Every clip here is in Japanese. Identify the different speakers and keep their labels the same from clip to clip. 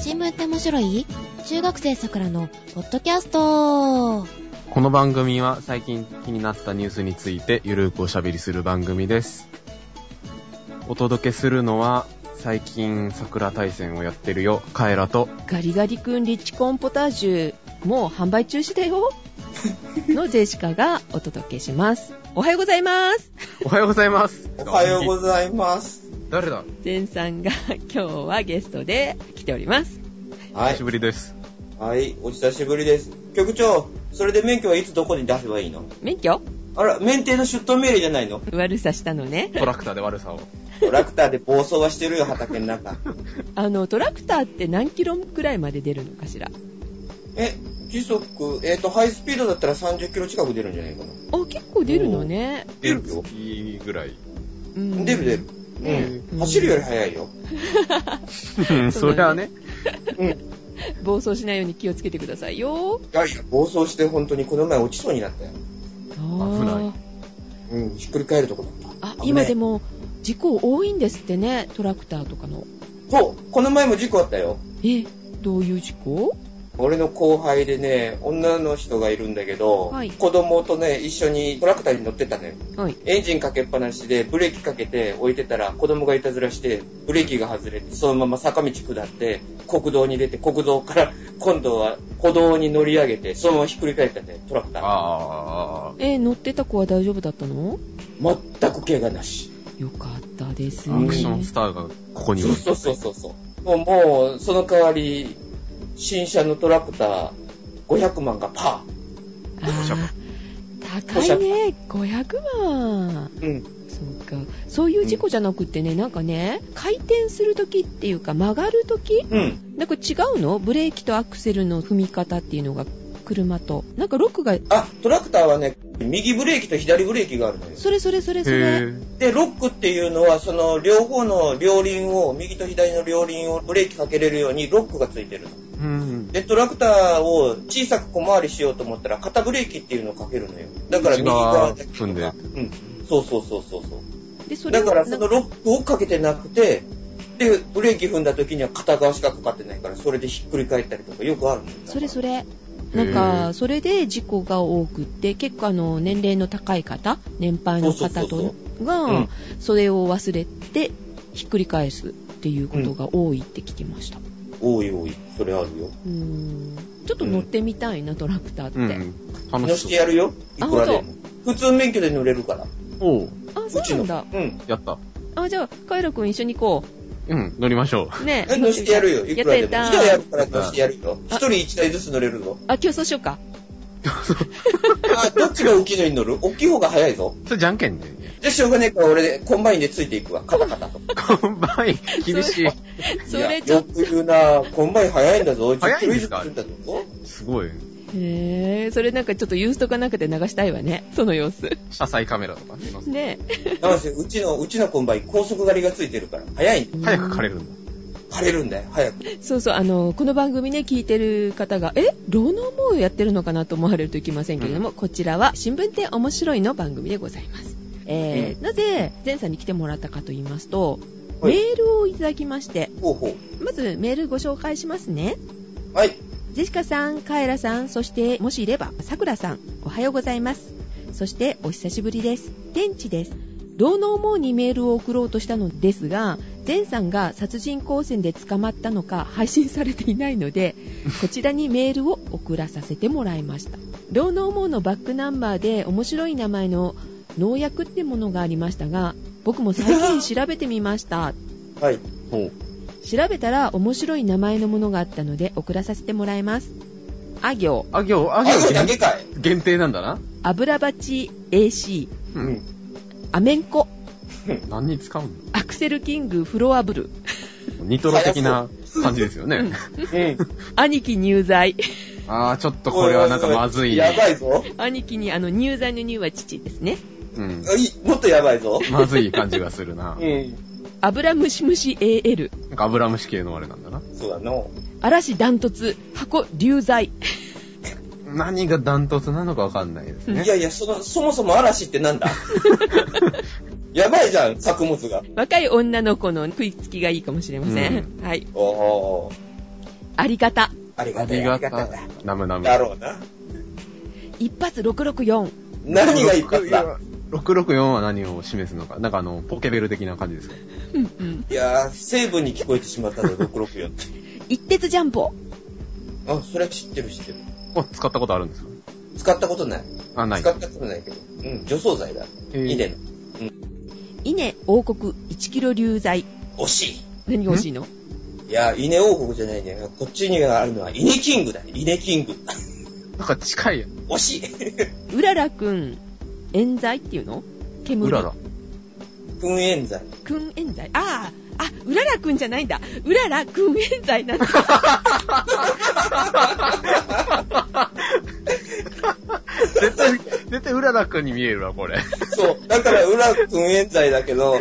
Speaker 1: 新聞って面白い中学生さくらのポッドキャスト
Speaker 2: この番組は最近気になったニュースについてゆるくおしゃべりする番組です。お届けするのは最近桜大戦をやってるよ、カエラと。
Speaker 3: ガリガリ君リッチコーンポタージュ、もう販売中止だよ。のジェシカがお届けします。おはようございます。
Speaker 2: おはようございます。
Speaker 4: おはようご
Speaker 2: い
Speaker 4: ざい
Speaker 2: ま
Speaker 4: ます。
Speaker 2: す。誰だ
Speaker 3: ゼンさんが今日はゲストで来ております。
Speaker 4: は
Speaker 2: 久し
Speaker 4: い。
Speaker 2: ぶりです。
Speaker 4: はい、お久しぶりです。局長、それで免許はいつどこに出せばいいの
Speaker 3: 免許
Speaker 4: あら、免停の出頭命令じゃない の
Speaker 3: 悪さしたのね。
Speaker 2: トラクターで悪さを。
Speaker 4: トラクターで暴走はしてるよ、畑の中。
Speaker 3: あの、トラクターって何キロくらいまで出るのかしら
Speaker 4: え、時速、えっ、と、ハイスピードだったら30キロ近く出るんじゃないかな。
Speaker 3: あ、結構出るのね。
Speaker 4: 出るよ。
Speaker 2: いいぐ らい。
Speaker 3: うん
Speaker 4: 出る出る。。
Speaker 2: う
Speaker 4: うん。走るより速いよ。
Speaker 2: そりゃね。
Speaker 4: うん。
Speaker 3: 暴走しないように気をつけてくださいよ。
Speaker 4: いやいや、暴走して本当にこの前落ちそうになったよ。
Speaker 3: ー
Speaker 2: 危ない
Speaker 4: うん、ひっくり返るとこだった。
Speaker 3: あ、
Speaker 4: 危な
Speaker 3: 今
Speaker 4: い
Speaker 3: でも事故多いんですってね、トラクターとかの。
Speaker 4: そう、この前も事故あったよ。
Speaker 3: え、どういう事故
Speaker 4: 俺の後輩でね、女の人がいるんだけど、
Speaker 3: はい
Speaker 4: 子供とね、一緒にトラクターに乗ってたのよ。
Speaker 3: はい。
Speaker 4: エンジンかけっぱなしで、ブレーキかけて置いてたら、子供がいたずらして、ブレーキが外れて、そのまま坂道下って、国道に出て、国道から、今度は歩道に乗り上げて、そのままひっくり返ったんだよ、トラクター。
Speaker 2: あ
Speaker 3: えー乗ってた子は大丈夫だったの
Speaker 4: 全く怪我なし。
Speaker 3: よかったです
Speaker 2: ー。アクションスターがここにい
Speaker 4: そう
Speaker 2: る。
Speaker 4: そうそうそうそう。もう、もう、その代わり、新車のトラクター、500万がパ
Speaker 3: あー
Speaker 4: お
Speaker 3: 高
Speaker 4: しゃ
Speaker 3: い
Speaker 4: ぶ
Speaker 3: ね500万
Speaker 4: ー。うん。
Speaker 3: そうかそういう事故じゃなくってね、なんかね回転するときっていうか曲がるとき
Speaker 4: うん。
Speaker 3: なんか違うのブレーキとアクセルの踏み方っていうのが車となんかロックが
Speaker 4: あ、トラクターはね、右ブレーキと左ブレーキがあるのよ。
Speaker 3: それそれそれそ
Speaker 2: へ
Speaker 3: れ
Speaker 2: ぇ
Speaker 4: で、ロックっていうのは、その両方の両輪を、右と左の両輪をブレーキかけれるようにロックがついてるの。
Speaker 2: うん。
Speaker 4: で、トラクターを小さく小回りしようと思ったら、肩ブレーキっていうのをかけるのよ。だから
Speaker 2: 内
Speaker 4: 右
Speaker 2: 側
Speaker 4: 側だけ
Speaker 2: 踏んで
Speaker 4: うん。そうそうそうそうそう。
Speaker 3: でそれ
Speaker 4: だ
Speaker 3: を
Speaker 4: から、そ
Speaker 3: な
Speaker 4: のロックをかけてなくて、で、ブレーキ踏んだ時には片側しかかかってないから、それでひっくり返ったりとかよくあるのよ。
Speaker 3: それそ
Speaker 4: れ。
Speaker 3: れなんかそれで事故が多くって結構あの年齢の高い方年配の
Speaker 4: そうそ
Speaker 3: 方
Speaker 4: うそう
Speaker 3: と
Speaker 4: う
Speaker 3: が
Speaker 4: ん
Speaker 3: それを忘れてひっくり返すっていうことが多いって聞きました
Speaker 4: 多い多い。それあるよ。
Speaker 3: うーんちょっと乗ってみたいなトラクターって、
Speaker 2: うん。楽
Speaker 4: 乗
Speaker 2: し
Speaker 4: し
Speaker 2: そう
Speaker 4: て。やるよ。い
Speaker 3: あ
Speaker 4: くらでも。普通免許で乗れるから。
Speaker 2: おう、
Speaker 3: あ
Speaker 4: う
Speaker 3: そ
Speaker 4: ち
Speaker 3: うな
Speaker 4: の。
Speaker 3: んだ
Speaker 4: うん。
Speaker 2: やった。
Speaker 3: あじゃあカイロ君一緒に行こ
Speaker 2: うん、乗りましょう。
Speaker 3: うね
Speaker 4: え乗せてやるよ、いくらでも。一
Speaker 3: やった
Speaker 4: 人や
Speaker 3: やっ
Speaker 4: る
Speaker 3: た
Speaker 4: から乗せてやるよ。一
Speaker 3: あ
Speaker 4: 人一台ずつ乗れるぞ。
Speaker 3: あ競争しようか
Speaker 4: あ、どっちが大きいのに乗る大きい方が早いぞ。
Speaker 2: それじゃんけんで、ね。
Speaker 4: じゃあしょうがねえから俺、コンバインでついていくわ。カタカタと。
Speaker 2: コンバイン、厳しい。
Speaker 3: それ
Speaker 4: い
Speaker 3: ち
Speaker 4: や
Speaker 3: ょ
Speaker 4: よ
Speaker 3: っ
Speaker 4: く言うなコンバイン早いんだぞ。
Speaker 2: 早いん
Speaker 4: 10
Speaker 2: ですか
Speaker 4: キロ以上ついたぞ
Speaker 2: すごい。
Speaker 3: とへえそれなんかちょっとユースとかなんかで流したいわねその様子
Speaker 2: 車載カメラとかね。
Speaker 3: ね
Speaker 4: なんせ、うちの、うちのコンバイン高速狩りがついてるから。早いんだよ。
Speaker 2: 早く枯れるんだ。
Speaker 4: 枯れるんだよ、早く。
Speaker 3: そうそう、あの、この番組ね、聞いてる方が、えロノもやってるのかなと思われるといけませんけれども、こちらは、新聞って面白いの番組でございます。えーなぜ、前さんに来てもらったかと言いますと、
Speaker 4: はい
Speaker 3: メールをいただきまして、
Speaker 4: ほうほ
Speaker 3: まずメールご紹介しますね。
Speaker 4: う。はい。
Speaker 3: ジェシカさん、カエラさん、そして、もしいれば、さくらさん、おはようございます。そして、お久しぶりです。天地です。労農網にメールを送ろうとしたのですが、前さんが殺人光線で捕まったのか配信されていないので、こちらにメールを送らさせてもらいました。労農網のバックナンバーで面白い名前の農薬ってものがありましたが、僕も最近調べてみました。
Speaker 4: はい。
Speaker 2: ほ
Speaker 3: 調べたら面白い名前のものがあったので送らさせてもらいます。あ行、
Speaker 2: う。あ行、あ
Speaker 4: あ、そ
Speaker 2: 行
Speaker 4: れだけかい。
Speaker 2: 限定なんだな。
Speaker 3: 油鉢 AC、
Speaker 2: う。
Speaker 4: うんん。
Speaker 3: アメンコ、
Speaker 2: 何に使うの
Speaker 3: アクセルキング、フロアブル、
Speaker 2: ニトロ的な感じですよね。
Speaker 4: うん。
Speaker 3: 兄貴入罪。
Speaker 2: あー、ちょっとこれはなんかまずい。
Speaker 4: やばいぞ。
Speaker 3: 兄貴に、あの、入罪の入は父ですね。
Speaker 2: うん。
Speaker 4: あいもっとやばいぞ。
Speaker 2: まずい感じがするな
Speaker 4: う。ん。
Speaker 3: 油ムシムシ AL、
Speaker 2: なんか油虫系のあれなんだな。
Speaker 4: そうだの。
Speaker 3: 嵐ダントツ、箱流罪。
Speaker 2: 何がダントツなのかわかんないですね
Speaker 4: い。やいや、その、そもそも嵐ってなん だやばいじゃん、作物が。
Speaker 3: 若い女の子の食いつきがいいかもしれません。はい。
Speaker 4: おー。
Speaker 3: ありがた。
Speaker 4: あ
Speaker 2: あ
Speaker 4: りがたい。
Speaker 2: り
Speaker 4: あ
Speaker 2: が
Speaker 4: りがたい
Speaker 2: た。ナムナム。
Speaker 4: だろうな。
Speaker 3: 一発664。
Speaker 4: 何が一発だ
Speaker 2: ?664 は何を示すのかなんかあの、ポケベル的な感じですか
Speaker 3: うんうん。
Speaker 4: いやー、成分に聞こえてしまったぞ、664って。
Speaker 3: 一徹ジャンボ。
Speaker 4: あ、それは知ってる知ってる。
Speaker 2: あ、使ったことあるんですか
Speaker 4: 使ったことない。
Speaker 2: あ、ない
Speaker 4: 使。ったことないけど。うん、除草剤だ。
Speaker 2: えー
Speaker 4: いいね。
Speaker 3: 稲王国1キロ流罪。
Speaker 4: 惜し
Speaker 3: 何が欲しいの
Speaker 4: い。いやー、稲王国じゃないね。こっちにあるのは稲キングだ。稲キング。
Speaker 2: なんか近いやん。
Speaker 4: 惜しい。
Speaker 3: うららくん、冤罪っていうの煙。
Speaker 2: うらら。
Speaker 4: 噴煙剤。
Speaker 3: くん冤罪。ああ、あ、うららくんじゃないんだ。うららくん冤罪 なんだ。
Speaker 2: 絶対、絶対うららくんに見えるわ、これ。
Speaker 4: そう。だから、裏噴煙剤だけど、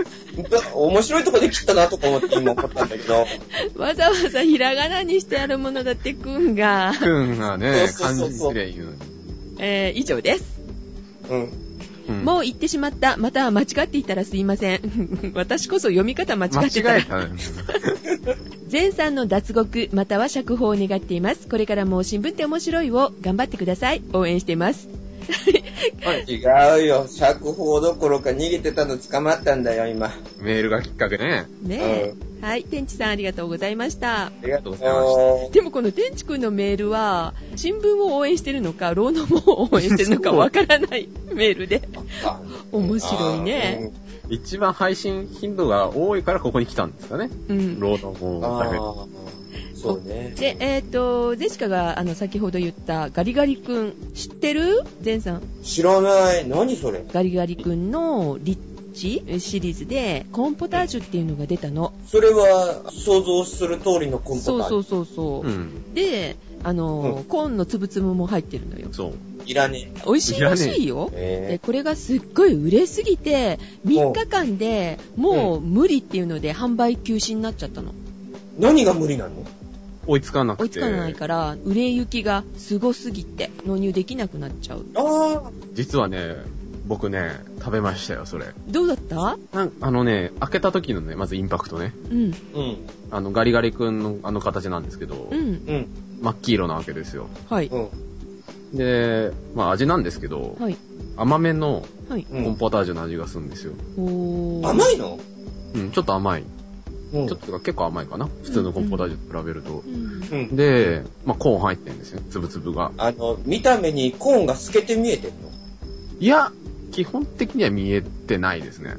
Speaker 4: だ面白いとこで切ったなとか思って今思ったんだけど。
Speaker 3: わざわざひらがなにしてあるものだってくんが。
Speaker 2: くんがね、
Speaker 4: そう
Speaker 2: 漢
Speaker 4: そうそうそう
Speaker 2: 字で言う。
Speaker 3: えー、以上です。
Speaker 4: うん。
Speaker 2: うん
Speaker 3: もう言ってしまった。また間違っていたらすいません。私こそ読み方間違
Speaker 2: 間
Speaker 3: ってたら
Speaker 2: 違えたね。
Speaker 3: 前さんの脱獄または釈放を願っていますこれからも新聞って面白いを頑張ってください応援しています
Speaker 4: 違うよ。釈放どころか逃げてたの捕まったんだよ、今。
Speaker 2: メールがきっかけね。
Speaker 3: ねえ、はい天地さんありがとうございました
Speaker 4: ありが
Speaker 2: と
Speaker 4: と
Speaker 2: う
Speaker 4: う
Speaker 2: ご
Speaker 4: ご
Speaker 2: ざ
Speaker 4: ざ
Speaker 2: い
Speaker 4: い
Speaker 2: ま
Speaker 4: ま
Speaker 2: し
Speaker 4: し
Speaker 3: でもこの天地くんのメールは新聞を応援してるのか労農も応援してるのかわからないメールで
Speaker 4: た。
Speaker 3: 面白いね
Speaker 2: 一番配信頻度が多いからここに来たんですかね。
Speaker 3: うん
Speaker 2: ロード
Speaker 4: あー。
Speaker 2: もだけど。
Speaker 4: あーそうね。
Speaker 3: でえっ、とゼシカがあの先ほど言ったガリガリくん知ってる前さん
Speaker 4: 知らない。何それ
Speaker 3: ガリガリくんのリッチシリーズでコーンポタージュっていうのが出たの
Speaker 4: それは想像する通りのコンポタ
Speaker 3: そう
Speaker 4: ージュ
Speaker 3: そうそうそう、
Speaker 2: うん。
Speaker 3: で、あのー
Speaker 4: うん
Speaker 3: コーンのつぶつぶも入ってるのよ。
Speaker 2: そう。
Speaker 4: いらね
Speaker 3: 美味しい
Speaker 2: いら
Speaker 3: ら
Speaker 2: ねえ
Speaker 3: しいよ。で、
Speaker 4: え。
Speaker 3: これがすっごい売れすぎて、3日間でもう無理っていうので販売休止になっちゃったの。
Speaker 4: 何が無理なの
Speaker 2: 追いつかな
Speaker 3: 追
Speaker 2: く
Speaker 3: い
Speaker 2: て。
Speaker 3: つかないから、売れ行きがすごすぎて、納入できなくなっちゃう。
Speaker 4: あ
Speaker 2: 実はね、僕ね、食べましたよ、それ。
Speaker 3: どうだった
Speaker 2: なんあのね、開けた時のね、まずインパクトね。
Speaker 3: うん、
Speaker 4: あ。うん。
Speaker 2: あの、ガリガリ君のあの形なんですけど、
Speaker 3: うん、
Speaker 4: うん。
Speaker 2: 真っ黄色なわけですよ。
Speaker 3: はい。
Speaker 4: うん。
Speaker 2: で、まあ味なんですけど、
Speaker 3: はい、
Speaker 2: 甘めの
Speaker 3: はい。
Speaker 4: う
Speaker 2: コーン
Speaker 4: ん、
Speaker 2: ポタージュの味がするんですよ。
Speaker 3: おー。
Speaker 4: 甘いの
Speaker 2: うん、ちょっと甘い。
Speaker 4: う
Speaker 2: ちょっと結構甘いかな。普通のコーンポタージュと比べると。
Speaker 3: うん。
Speaker 4: うん。
Speaker 2: で、まあコーン入ってんですよ、つぶつぶが。
Speaker 4: あの、見た目にコーンが透けて見えてんの
Speaker 2: いや、基本的には見えてないですね。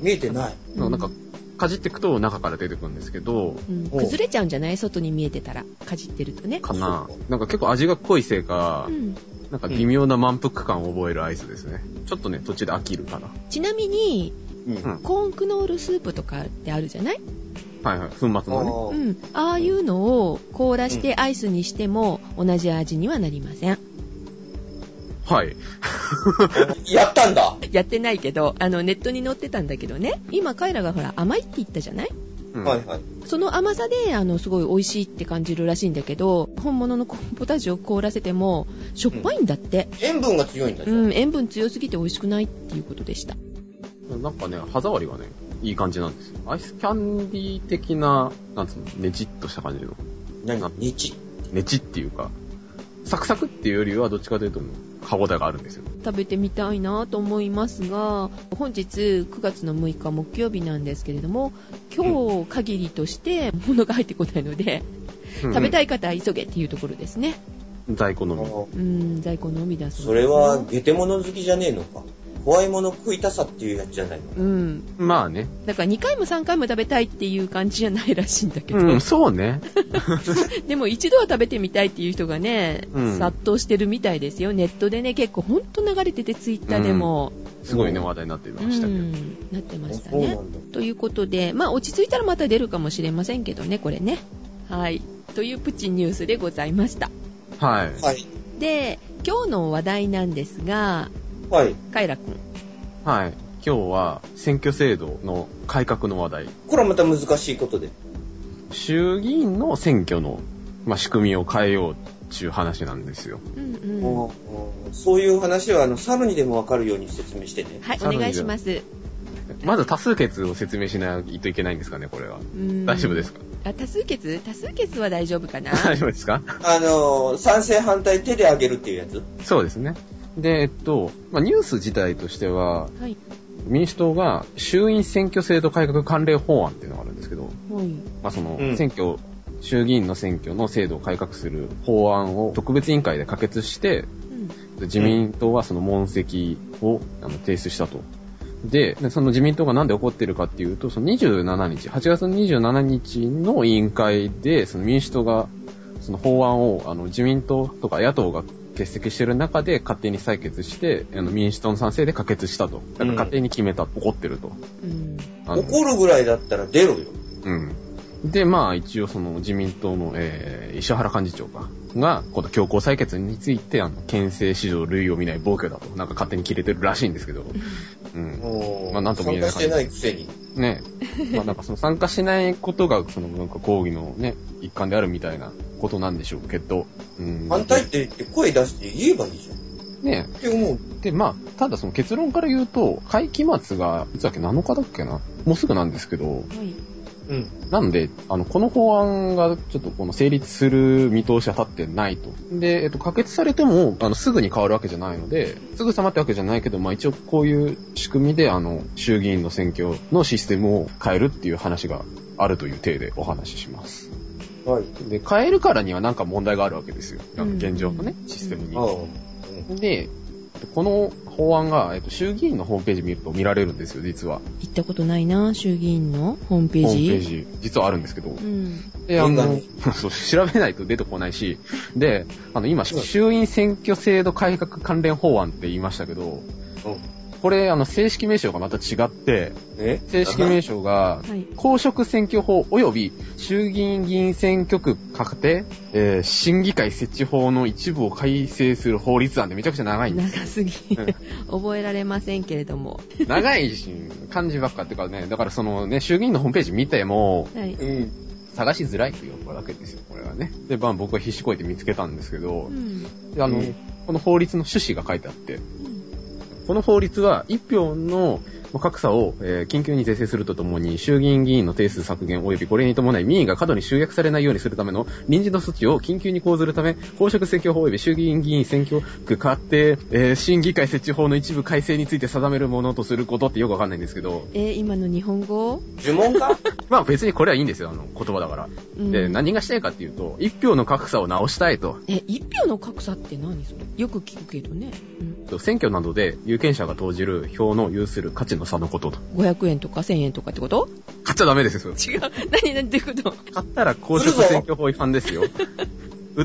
Speaker 4: 見えてない。
Speaker 3: うん
Speaker 2: なんか、かじっていくと中から出てくるんですけど、
Speaker 3: うん
Speaker 4: おう
Speaker 3: 崩れちゃうんじゃない外に見えてたら。かじってるとね。
Speaker 2: かな
Speaker 4: そう。
Speaker 2: なんか結構味が濃いせいか
Speaker 3: う、ん。
Speaker 2: なんか微妙な満腹感を覚えるアイスですね。ちょっとね、途中で飽きるから。
Speaker 3: ちなみに、
Speaker 4: うん
Speaker 2: うん
Speaker 3: コーンクノールスープとかってあるじゃない
Speaker 2: はいはい。粉末
Speaker 4: あ
Speaker 2: のね。
Speaker 4: ー
Speaker 3: うん、ああいうのを凍らしてアイスにしても同じ味にはなりません。
Speaker 2: はい。
Speaker 4: やったんだ
Speaker 3: やってないけど、あの、ネットに載ってたんだけどね、今カイラがほら甘いって言ったじゃない
Speaker 2: うん
Speaker 4: はいはい。
Speaker 3: その甘さで、あの、すごい美味しいって感じるらしいんだけど、本物のコーンポタージュを凍らせても、しょっぱいんだって。
Speaker 4: 塩分が強いんだじ
Speaker 3: う
Speaker 4: ゃん。
Speaker 3: ん、塩分強すぎて美味しくないっていうことでした。
Speaker 2: なんかね、歯触りがね、いい感じなんですよ。アイスキャンディー的な、なんつうの、ねちっとした感じの。
Speaker 4: 何が日
Speaker 2: ねちっていうか、サクサクっていうよりはどっちかというと、歯応えがあるんですよ。
Speaker 3: 食べてみたいなと思いますが本日9月の6日木曜日なんですけれども今日限りとして物が入ってこないので、食べ
Speaker 2: い。
Speaker 3: たい方は急げっていうところですね
Speaker 2: 在庫
Speaker 4: あ
Speaker 2: のみ。
Speaker 4: ー
Speaker 3: うん在庫のみだそ
Speaker 4: そう
Speaker 3: で
Speaker 4: れ
Speaker 3: す
Speaker 4: は、ゲテモノ好きじゃねえのか。怖いもの食いたさっていうやつじゃないの
Speaker 3: うん
Speaker 2: まあね。
Speaker 3: だから2回も3回も食べたいっていう感じじゃないらしいんだけど、
Speaker 2: うん、そうね。
Speaker 3: でも一度は食べてみたいっていう人がね、
Speaker 2: うん
Speaker 3: 殺到してるみたいですよネットでね結構ほんと流れててツイッターでも、
Speaker 2: すごいね、話題になってましたけど。
Speaker 3: うんなってました
Speaker 4: そう
Speaker 3: ね
Speaker 4: なんだ。
Speaker 3: ということで、まあ、落ち着いたらまた出るかもしれませんけどね、これね。はい。というプチニュースでございました。
Speaker 2: はい。
Speaker 4: はい。
Speaker 3: で、今日の話題なんですが、
Speaker 4: はい。
Speaker 3: カイラくん。
Speaker 2: はい。今日は選挙制度の改革の話題。
Speaker 4: これはまた難しいことで。
Speaker 2: 衆議院の選挙の、まあ、仕組みを変えようっていう話なんですよ。
Speaker 3: うんうん。
Speaker 4: もうもうそういう話は、あの、猿にでもわかるように説明してね。
Speaker 3: はい、お
Speaker 2: サロンで
Speaker 3: 願いします。
Speaker 2: まず多数決を説明しないといけないんですかね、これは。大丈夫です
Speaker 3: か
Speaker 2: か
Speaker 3: あ多数決多数決は大丈夫かな
Speaker 2: 大丈夫ですか
Speaker 4: あのー、賛成反対手で上げるっていうやつ
Speaker 2: そうですね。で、えっと、まあ、ニュース自体としては、
Speaker 3: はい
Speaker 2: 民主党が衆院選挙制度改革関連法案っていうのがあるんですけど、
Speaker 3: はい
Speaker 2: まあ、その
Speaker 4: うん
Speaker 2: 選挙、衆議院の選挙の制度を改革する法案を特別委員会で可決して、
Speaker 3: うん
Speaker 2: 自民党はその問責をあの提出したと。で、でその自民党がなんで怒ってるかっていうと、その27日、8月27日の委員会で、その民主党が、その法案を、あの、自民党とか野党が欠席してる中で勝手に採決して、あの、民主党の賛成で可決したと。だから勝手に決めた、怒ってると。
Speaker 3: うん
Speaker 2: あの
Speaker 4: 怒るぐらいだったら出ろよ。
Speaker 2: うん。で、まあ一応その自民党の、えー石原幹事長か、が、この強行採決について、あの、憲政史上類を見ない暴挙だと、なんか勝手に切れてるらしいんですけど、うん。
Speaker 4: もう、
Speaker 2: まあなんとも言えない
Speaker 4: 参加してないくせに。
Speaker 2: ねまあなんかその参加しないことが、そのなんか抗議のね、一環であるみたいなことなんでしょうけど、うん。
Speaker 4: 反対って言って声出して言えばいいじゃん。
Speaker 2: ね
Speaker 4: って思う。
Speaker 2: で、まあ、ただその結論から言うと、会期末が、いつだっけ、7日だっけなもうすぐなんですけど、
Speaker 3: はい
Speaker 4: うん。
Speaker 2: なんで、あの、この法案がちょっとこの成立する見通しは立ってないと。で、えっと、可決されても、あの、すぐに変わるわけじゃないので、すぐさまってわけじゃないけど、まあ一応こういう仕組みで、あの、衆議院の選挙のシステムを変えるっていう話があるという体でお話しします。
Speaker 4: はい。
Speaker 2: で、変えるからにはなんか問題があるわけですよ。あ
Speaker 3: う
Speaker 2: の
Speaker 3: ん
Speaker 2: 現状のね、システムに
Speaker 4: あ。あ。
Speaker 2: で、この法案が、えっと、衆議院のホームページ見ると見られるんですよ、実は。
Speaker 3: 行ったことないな衆議院のホームペ
Speaker 2: ホ
Speaker 3: ー
Speaker 2: ーム
Speaker 3: ジ
Speaker 2: ページ、実はあるんですけど。
Speaker 3: うん
Speaker 2: で、あ
Speaker 4: 現
Speaker 2: の
Speaker 4: 在、
Speaker 2: そう、調べないと出てこないし、で、あの、今、
Speaker 4: うん
Speaker 2: 衆院選挙制度改革関連法案って言いましたけど、
Speaker 4: うん。
Speaker 2: これ、あの、正式名称がまた違って、
Speaker 4: え
Speaker 2: 正式名称が、
Speaker 3: はい
Speaker 2: 公職選挙法及び衆議院議員選挙区確定、えー審議会設置法の一部を改正する法律案でめちゃくちゃ長いんです。
Speaker 3: 長すぎ覚えられませんけれども
Speaker 2: 長いし、漢字ばっかっていうかね、だからそのね、衆議院のホームページ見ても、
Speaker 3: はい
Speaker 4: うん。
Speaker 2: 探しづらいっていうわけですよ、これはね。で、まあ僕は必死こいて見つけたんですけど、
Speaker 3: うん
Speaker 2: であの、
Speaker 4: うん
Speaker 2: この法律の趣旨が書いてあって、この法律は一票のまあ格差をえー緊急に是正するとともに、衆議院議員の定数削減及びこれに伴い民意が過度に集約されないようにするための臨時の措置を緊急に講ずるため、公職選挙法及び衆議院議員選挙区確定、えー審議会設置法の一部改正について定めるものとすることってよくわかんないんですけど、
Speaker 3: えー今の日本語、
Speaker 4: 呪文か
Speaker 2: まあ別にこれはいいんですよ、あの言葉だから。
Speaker 3: うん
Speaker 2: で、何がしたいかっていうと、一票の格差を直したいと。
Speaker 3: え一票の格差って何それよく聞くけどね、
Speaker 2: 選挙などで有権者が投じる票の有する価値の差のことと。
Speaker 3: うん、500円とか1000円とかってこと
Speaker 2: 買っちゃダメですよ。
Speaker 3: 違う 何何ってこと
Speaker 2: 買ったら公職選挙法違反ですよ。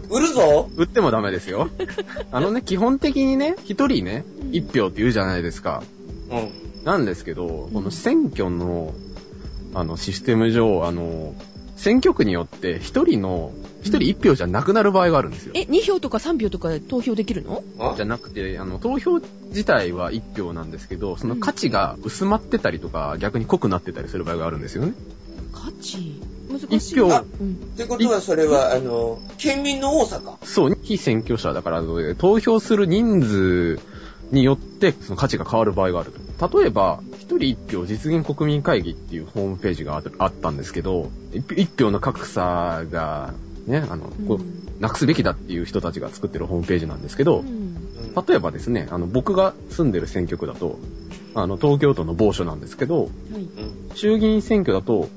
Speaker 4: 売るぞ
Speaker 2: 売ってもダメですよ。あのね、基本的にね、一人ね、一票って言うじゃないですか。
Speaker 4: うん。
Speaker 2: なんですけど、この選挙の、あの、システム上、あの、選挙区によって一人の、一人一票じゃなくなる場合があるんですよ。
Speaker 3: え2票とか3票とかで投票できるの
Speaker 4: あ
Speaker 2: じゃなくて、あの、投票自体は一票なんですけど、その価値が薄まってたりとか、逆に濃くなってたりする場合があるんですよね。
Speaker 3: 価値難しい
Speaker 2: 一票
Speaker 4: あ
Speaker 3: うん
Speaker 4: ってことはそれは、あの、県民の多さか。
Speaker 2: そう、非選挙者だから、あの投票する人数によって、その価値が変わる場合があると。例えば、一人一票実現国民会議っていうホームページがああったんですけど、一票一票の格差が、ね、あの、こう
Speaker 3: う
Speaker 2: んなくすべきだっていう人たちが作ってるホームページなんですけ
Speaker 3: う
Speaker 2: ど、
Speaker 3: ん
Speaker 4: うん
Speaker 2: 例えばですね、あの、僕が住んでる選挙区だと、あの、東京都の某所なんですけど、
Speaker 3: はい
Speaker 4: うん。
Speaker 2: 衆議院選挙だと、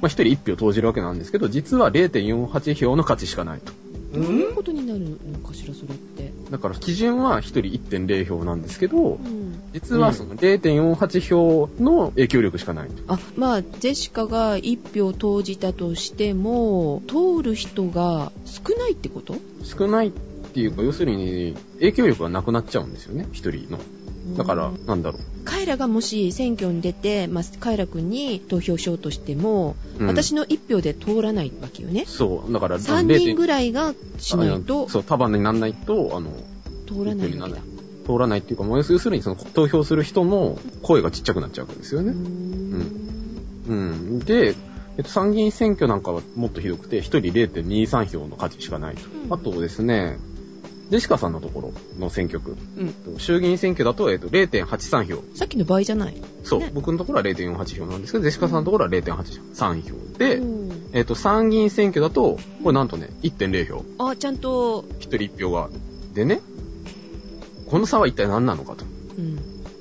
Speaker 2: まあ、一人一票投じるわけなんですけど、実は0.48票の価値しかないと。
Speaker 4: う
Speaker 3: どういうんことになるのかしらそれって、
Speaker 2: だから基準は1人1.0票なんですけど
Speaker 3: う、ん、
Speaker 2: 実はその0.48票の影響力しかない。
Speaker 3: あまあジェシカが1票投じたとしても通る人が少ないってこと
Speaker 2: 少ないっていうか、要するに影響力がなくなっちゃうんですよね、1人の。だから、なんだろ
Speaker 3: カイラがもし選挙に出て、まあ、カイラ君に投票しようとしても、
Speaker 2: う。うん
Speaker 3: 私の1票で通らないわけよね
Speaker 2: そう、だから
Speaker 3: 3人ぐらいがしない
Speaker 2: あ
Speaker 3: と
Speaker 2: そう、束にならないと、あの、
Speaker 3: 通らないわけだ
Speaker 2: 通らないっていうか、もう要するにその投票する人の声がちっちゃくなっちゃうわけですよ
Speaker 3: うー
Speaker 2: ね。
Speaker 3: ん
Speaker 2: うん。で、えっと、参議院選挙なんかはもっとひどくて、1人0.23票の価値しかないと。
Speaker 3: うん
Speaker 2: あとですね、ジェシカさんのところの選挙区、
Speaker 3: うん
Speaker 2: 衆議院選挙だと,、えっと0.83票。
Speaker 3: さっきの倍じゃない。
Speaker 2: そう、
Speaker 3: ね
Speaker 2: 僕のところは0.48票なんですけど、ジェシカさんのところは0.83票。で、
Speaker 3: うん
Speaker 2: えっと、参議院選挙だと、これなんとね、1.0票。
Speaker 3: あ、ちゃんと、
Speaker 2: 一人一票がある。でね、この差は一体何なのかと。
Speaker 3: うん。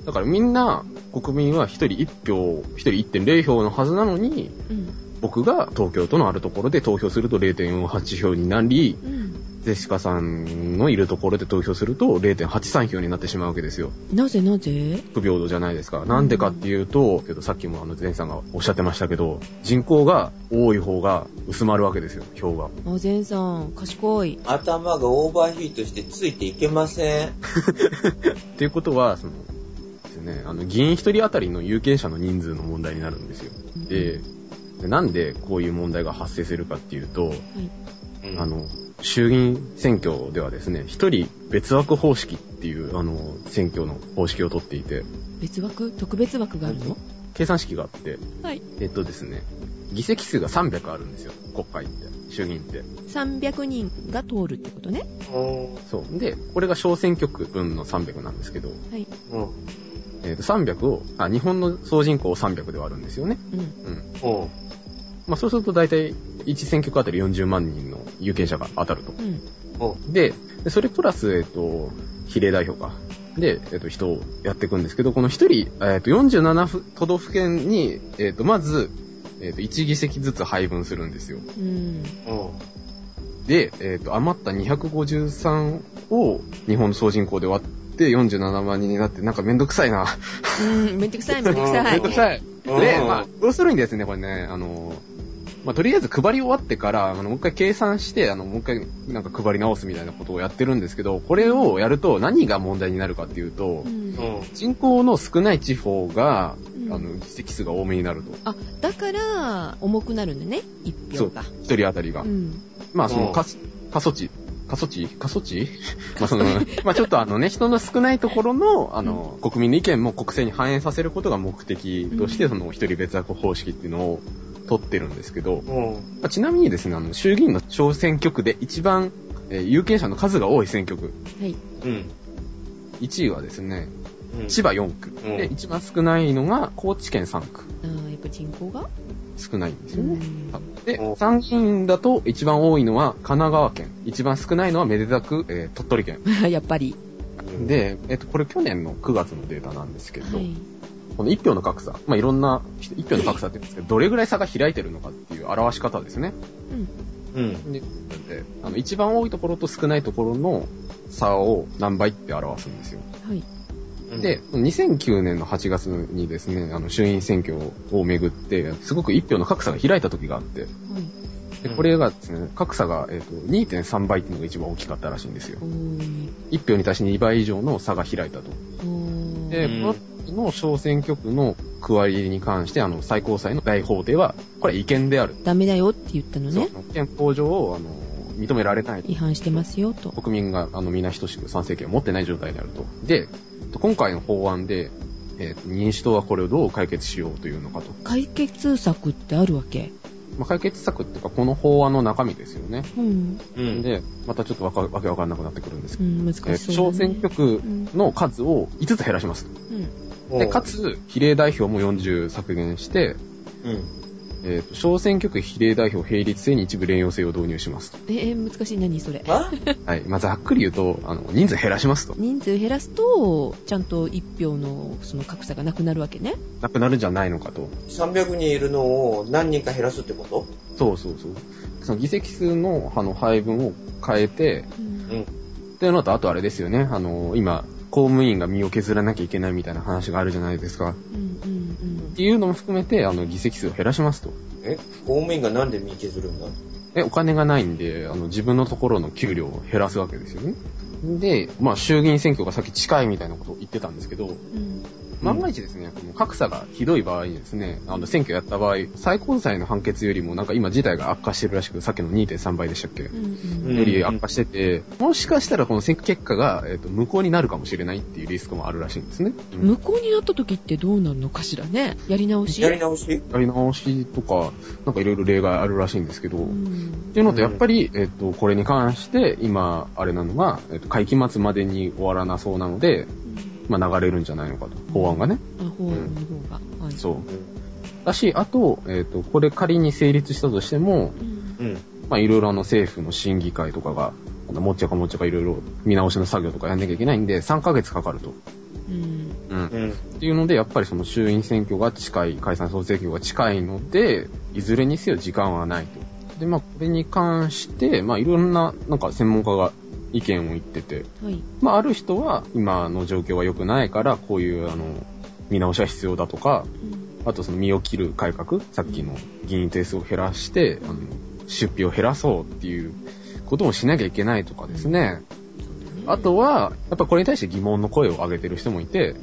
Speaker 2: だからみんな、国民は一人一票、一人1.0票のはずなのに、
Speaker 3: うん。
Speaker 2: 僕が東京都のあるところで投票すると0.48票になり、
Speaker 3: うん。
Speaker 2: ゼシカさんのいるところで投票すると0.83票になってしまうわけですよ。
Speaker 3: なぜなぜ
Speaker 2: 不平等じゃないですか。なんでかっていうと、けどさっきもあの前さんがおっしゃってましたけど、人口が多い方が薄まるわけですよ、票が。
Speaker 3: あ、ゼンさん、賢い。
Speaker 4: 頭がオーバーヒートしてついていけません。
Speaker 2: っていうことは、その、ですね、あの、議員一人当たりの有権者の人数の問題になるんですよ。で、でなんでこういう問題が発生するかっていうと、あの、衆議院選挙ではですね、一人別枠方式っていう、あの、選挙の方式を取っていて、
Speaker 3: 別枠特別枠があるの
Speaker 2: 計算式があって、
Speaker 3: はい。
Speaker 2: えっとですね、議席数が300あるんですよ、国会って、衆議院って。
Speaker 3: 300人が通るってことね。
Speaker 4: うん
Speaker 2: そう。で、これが小選挙区分の300なんですけど、
Speaker 3: はい。
Speaker 4: うん
Speaker 2: えっと、300を、あ、日本の総人口300ではあるんですよね。
Speaker 3: うん。
Speaker 2: うん。
Speaker 4: うん
Speaker 2: まあ、そうすると大体1選挙区あたり40万人の有権者が当たると。
Speaker 3: うん。
Speaker 4: うん
Speaker 2: で、でそれプラス、えっと、比例代表か。で、えっと、人をやっていくんですけど、この1人、えっと、47ふ都道府県に、えっと、まず、えっと、1議席ずつ配分するんですよ。
Speaker 3: うん。
Speaker 4: うん
Speaker 2: で、えっと、余った253を日本の総人口で割って47万人になって、なんかめんどくさいな。
Speaker 3: うん。めんどくさい、めんどくさ
Speaker 2: め
Speaker 3: い
Speaker 2: んど。くさい。
Speaker 4: うん
Speaker 2: で、まあ、要するにですね、これね、あの、まあ、とりあえず配り終わってから、あの、もう一回計算して、あの、もう一回なんか配り直すみたいなことをやってるんですけど、これをやると何が問題になるかっていうと
Speaker 3: う、ん。
Speaker 4: うん
Speaker 2: 人口の少ない地方が、
Speaker 3: うん
Speaker 2: あの、議席数が多めになると。
Speaker 3: あ、だから、重くなるんだね。1票が。
Speaker 2: 一人当たりが。
Speaker 3: うん。
Speaker 2: まあ、その、
Speaker 4: うん
Speaker 2: 過疎過疎地。過疎地過疎地まあ、その、 まあ、ちょっとあのね、人の少ないところの、あの、国民の意見も国政に反映させることが目的として、
Speaker 3: うん
Speaker 2: その、一人別枠方式っていうのを取ってるんですけど、
Speaker 4: うん
Speaker 2: まあちなみにですね、あの、衆議院の小選挙区で一番、えー有権者の数が多い選挙区。
Speaker 3: はい。
Speaker 4: うん
Speaker 2: 1位はですね、
Speaker 4: うん
Speaker 2: 千葉4区。で、
Speaker 4: うん
Speaker 2: 一番少ないのが高知県3区。
Speaker 3: あーやっぱ人口が
Speaker 2: 少ないんですよね。
Speaker 3: うん
Speaker 2: で、
Speaker 4: お
Speaker 2: 参議院だと一番多いのは神奈川県。一番少ないのはめでたく、えー鳥取県。
Speaker 3: やっぱり。
Speaker 4: うん
Speaker 2: で、えっと、これ去年の9月のデータなんですけど、
Speaker 3: はい。
Speaker 2: この1票の格差、まあ、いろんな、1票の格差って言うんですけど、どれぐらい差が開いてるのかっていう表し方ですね。
Speaker 4: うん
Speaker 2: で、あの、一番多いところと少ないところの差を何倍って表すんですよ。
Speaker 3: はい。
Speaker 2: で、2009年の8月にですね、あの、衆院選挙をめぐって、すごく一票の格差が開いた時があって、
Speaker 3: はい。
Speaker 2: で、これがですね、格差が、えっ、と、2.3倍っていうのが一番大きかったらしいんですよ
Speaker 3: お。ー
Speaker 2: 一票に対して2倍以上の差が開いたと。
Speaker 3: お
Speaker 2: で、
Speaker 3: ー
Speaker 2: こ
Speaker 4: う
Speaker 2: の
Speaker 4: ん
Speaker 2: 時の小選挙区の区割りに関して、あの、最高裁の大法廷は、これは違憲である。
Speaker 3: ダメだよって言ったの
Speaker 2: そう
Speaker 3: ね。
Speaker 2: 憲法上を、あの、認められない。
Speaker 3: 違反してますよと。
Speaker 2: 国民があの皆等しく参政権を持ってない状態であると。で、今回の法案で、えー民主党はこれをどう解決しようというのかと。
Speaker 3: 解決策ってあるわけ。
Speaker 2: まあ、解決策っていうか、この法案の中身ですよね。
Speaker 3: うん。
Speaker 4: うん
Speaker 2: で、またちょっとわかわけわかんなくなってくるんですけ
Speaker 3: う
Speaker 2: ど、
Speaker 3: ん、難
Speaker 2: え
Speaker 3: し
Speaker 2: ー
Speaker 3: そ
Speaker 2: 小
Speaker 3: うだ
Speaker 2: 選
Speaker 3: ね。
Speaker 2: 挙区の数を5つ減らします。
Speaker 3: うん。
Speaker 4: うん
Speaker 2: で、かつ、比例代表も40削減して、
Speaker 4: うん
Speaker 2: えーと小選挙区比例代表並立制に一部連用制を導入しますと。
Speaker 3: えー、難しい。何それ。
Speaker 4: あ
Speaker 2: はい。まあ、ざっくり言うと、あの、人数減らしますと。
Speaker 3: 人数減らすと、ちゃんと1票のその格差がなくなるわけね。
Speaker 2: なくなるんじゃないのかと。
Speaker 4: 300人いるのを何人か減らすってこと
Speaker 2: そうそうそう。その議席数のあの配分を変えて、
Speaker 3: うん。
Speaker 2: っていうのと、あとあれですよね、あの、今、公務員が身を削らなきゃいけないみたいな話があるじゃないですか。
Speaker 3: うん。うん
Speaker 2: っていうのも含めて、あの、議席数を減らしますと。
Speaker 4: え公務員がなんで身削るんだ
Speaker 2: え、お金がないんで、あの、自分のところの給料を減らすわけですよね。で、まあ、衆議院選挙がさっき近いみたいなことを言ってたんですけど、
Speaker 3: うん。うん。
Speaker 2: 万が一ですね、この格差がひどい場合にですね、あの、選挙やった場合、最高裁の判決よりもなんか今事態が悪化してるらしく、さっきの2.3倍でしたっけ、
Speaker 3: うんうん
Speaker 4: うん
Speaker 2: より悪化してて、もしかしたらこの選挙結果が、えっと無効になるかもしれないっていうリスクもあるらしいんですね。うん
Speaker 3: 無効になった時ってどうなるのかしらねやり直し
Speaker 4: やり直し
Speaker 2: やり直しとか、なんかいろいろ例外あるらしいんですけど、
Speaker 3: う
Speaker 2: っ
Speaker 3: ん
Speaker 2: ていうのと、やっぱり、えっと、これに関して、今、あれなのが、えっと、会期末までに終わらなそうなので、まあ、流れるんじゃないのかと。法案がね。
Speaker 3: あ法案の方が、はい
Speaker 2: そう。だし、あと、えっと、これ仮に成立したとしても、
Speaker 3: うん
Speaker 4: うん。
Speaker 2: まあ、いろいろあの政府の審議会とかが、あのもっちゃかもっちゃかいろいろ見直しの作業とかやんなきゃいけないんで、3ヶ月かかると。
Speaker 3: うん
Speaker 2: うん。っ
Speaker 4: うん。
Speaker 2: ていうので、やっぱりその衆院選挙が近い、解散総選挙が近いので、いずれにせよ時間はないと。で、まあ、これに関して、まあ、いろんな、なんか専門家が意見を言ってて、
Speaker 3: はい
Speaker 2: まあ、ある人は今の状況は良くないから、こういう、あの、見直しは必要だとか、あとその身を切る改革、さっきの議員定数を減らして、あの出費を減らそうっていうこともしなきゃいけないとかですね。あとは、やっぱこれに対して疑問の声を上げてる人もいて、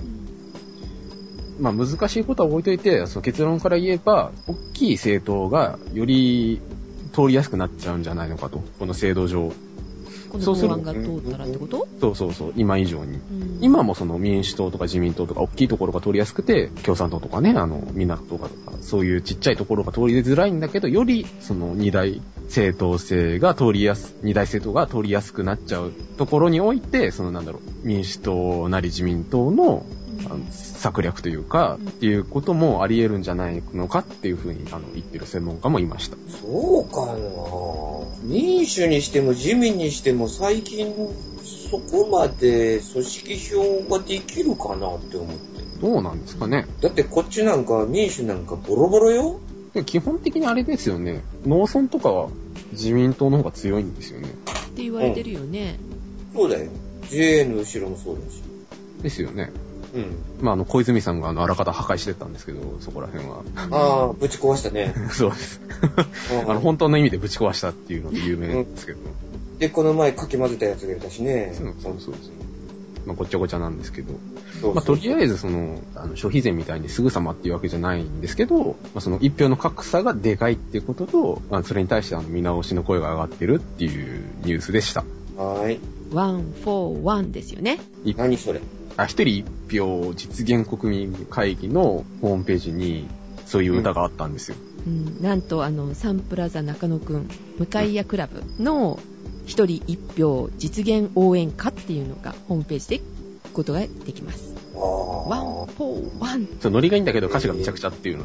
Speaker 2: まあ難しいことは置いといて、その結論から言えば、大きい政党がより通りやすくなっちゃうんじゃないのかと、この制度上。
Speaker 3: こ
Speaker 2: そ
Speaker 3: の
Speaker 2: うする
Speaker 3: 法案が通ったらってこと
Speaker 2: そうそうそう、今以上に。
Speaker 3: うん
Speaker 2: 今もその民主党とか自民党とか大きいところが通りやすくて、共産党とかね、あの、みんなとかとか、そういうちっちゃいところが通りづらいんだけど、よりその二大政党制が通りやす、二大政党が通りやすくなっちゃうところにおいて、そのなんだろう、民主党なり自民党のあの策略というか、っていうこともあり得るんじゃないのかっていうふうに、あの、言ってる専門家もいました。
Speaker 4: そうかな民主にしても自民にしても最近そこまで組織票ができるかなって思って。
Speaker 2: どうなんですかね。
Speaker 4: だってこっちなんか民主なんかボロボロよ
Speaker 2: で基本的にあれですよね、農村とかは自民党の方が強いんですよね。
Speaker 3: って言われてるよね、
Speaker 4: そうだよ。JA の後ろもそうだし。
Speaker 2: ですよね。
Speaker 4: うん。
Speaker 2: まあ、あの、小泉さんがあの、あらかた破壊してったんですけど、そこら辺は。
Speaker 4: ああ、ぶち壊したね。
Speaker 2: そうです。
Speaker 4: う
Speaker 2: あ
Speaker 4: ん
Speaker 2: の、本当の意味でぶち壊したっていうので有名ですけど。
Speaker 4: で、この前かき混ぜたやつがいたしね。
Speaker 2: そうそうそうまあ、ごちゃごちゃなんですけど。
Speaker 4: そう
Speaker 2: まあ、とりあ
Speaker 4: ず。
Speaker 2: えず、その、あの消費税みたいにすぐさまっていうわけじゃないんですけど、まあ、その一票の格差がでかいっていうことと、まあ、それに対してあの見直しの声が上がってるっていうニュースでした。
Speaker 4: はーい。
Speaker 3: ワンフォーワンですよね
Speaker 4: 何それ
Speaker 2: あ、一人一票実現国民会議のホームページに、そういう歌があったんですよ。
Speaker 3: うん、なんとあのサンプラザ中野くん向谷クラブの一人一票実現応援歌っていうのがホームページで聞くことができます。
Speaker 4: あ
Speaker 3: ワン
Speaker 4: あ。、
Speaker 3: フォー、ワン。
Speaker 2: そう、ノリがいいんだけど歌詞がめちゃくちゃっていうの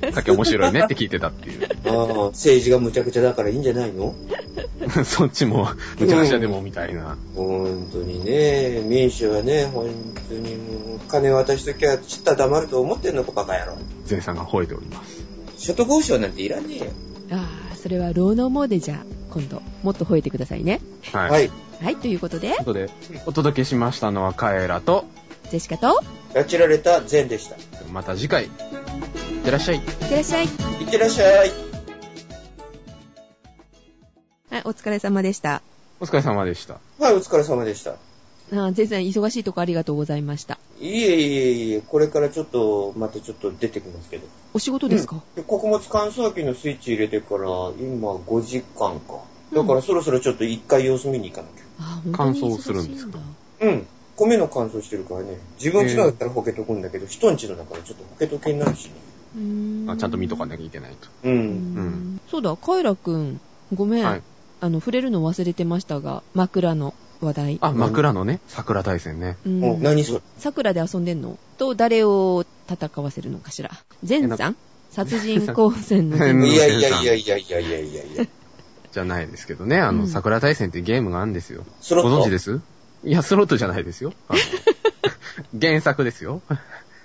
Speaker 2: で、さっき面白い ねって聞いてたっていう。
Speaker 4: あー政治がむちゃくちゃだからいいんじゃないの
Speaker 2: そっちも、むちゃくちゃでもみたいな。
Speaker 4: 本当にね、民主はね、本当にもう、金渡しときゃ、ちったら黙ると思ってんのか、バカ野郎。
Speaker 2: ゼイさんが吠えております。
Speaker 4: 所得保障なんていらねえよ。
Speaker 3: ああ、それは労農モーデじゃあ、今度、もっと吠えてくださいね。
Speaker 2: はい。
Speaker 4: はい。
Speaker 3: はい、ということ
Speaker 2: とい
Speaker 3: で
Speaker 2: う、ことで、お届けしましたのはカエラと、
Speaker 3: ジェシカと、
Speaker 4: 拉致られた善でした。
Speaker 2: また次回、いってらっしゃい。
Speaker 3: いってらっしゃい。
Speaker 4: いってらっしゃい。
Speaker 3: はい、お疲れ様でした。
Speaker 2: お疲れ様でした。
Speaker 4: はい、お疲れ様でした。
Speaker 3: ああ、ゼンさん、忙しいとこありがとうございました。
Speaker 4: いえいえいえ、これからちょっと、またちょっと出てきますけど。
Speaker 3: お仕事ですか、
Speaker 4: で穀物乾燥機のスイッチ入れてから、今5時間か。だからそろそろちょっと一回様子見に行かなき
Speaker 3: ああ、本当
Speaker 2: 乾燥
Speaker 3: に忙しい
Speaker 2: するんですか
Speaker 4: ゃ。うん。米の乾燥してるからね、自分家のだったらほけとくんだけど、人ん家のだからちょっとほけとけになるし、ね。
Speaker 3: うーん
Speaker 2: あちゃんと見とかなきゃいけないと。
Speaker 4: う。
Speaker 3: うんん。そうだ、カイラくん、ごめん。
Speaker 2: はい。
Speaker 3: あの、触れるの忘れてましたが、枕の話題。
Speaker 2: あ、枕のね、桜大戦ね。
Speaker 3: う。
Speaker 4: もうん何それ
Speaker 3: 桜で遊んでんのと、誰を戦わせるのかしら。善さん殺人光線の善
Speaker 2: うん
Speaker 4: い
Speaker 3: さ
Speaker 4: やいやいやいやいやいやいやいや。
Speaker 2: じゃないですけどね、あ
Speaker 3: う
Speaker 2: の、
Speaker 3: ん
Speaker 2: 桜大戦ってゲームがあるんですよ。
Speaker 4: ス
Speaker 2: ご
Speaker 4: ロット。
Speaker 2: 存知ですいや、スロットじゃないですよ。 あの原作ですよ。
Speaker 4: あ、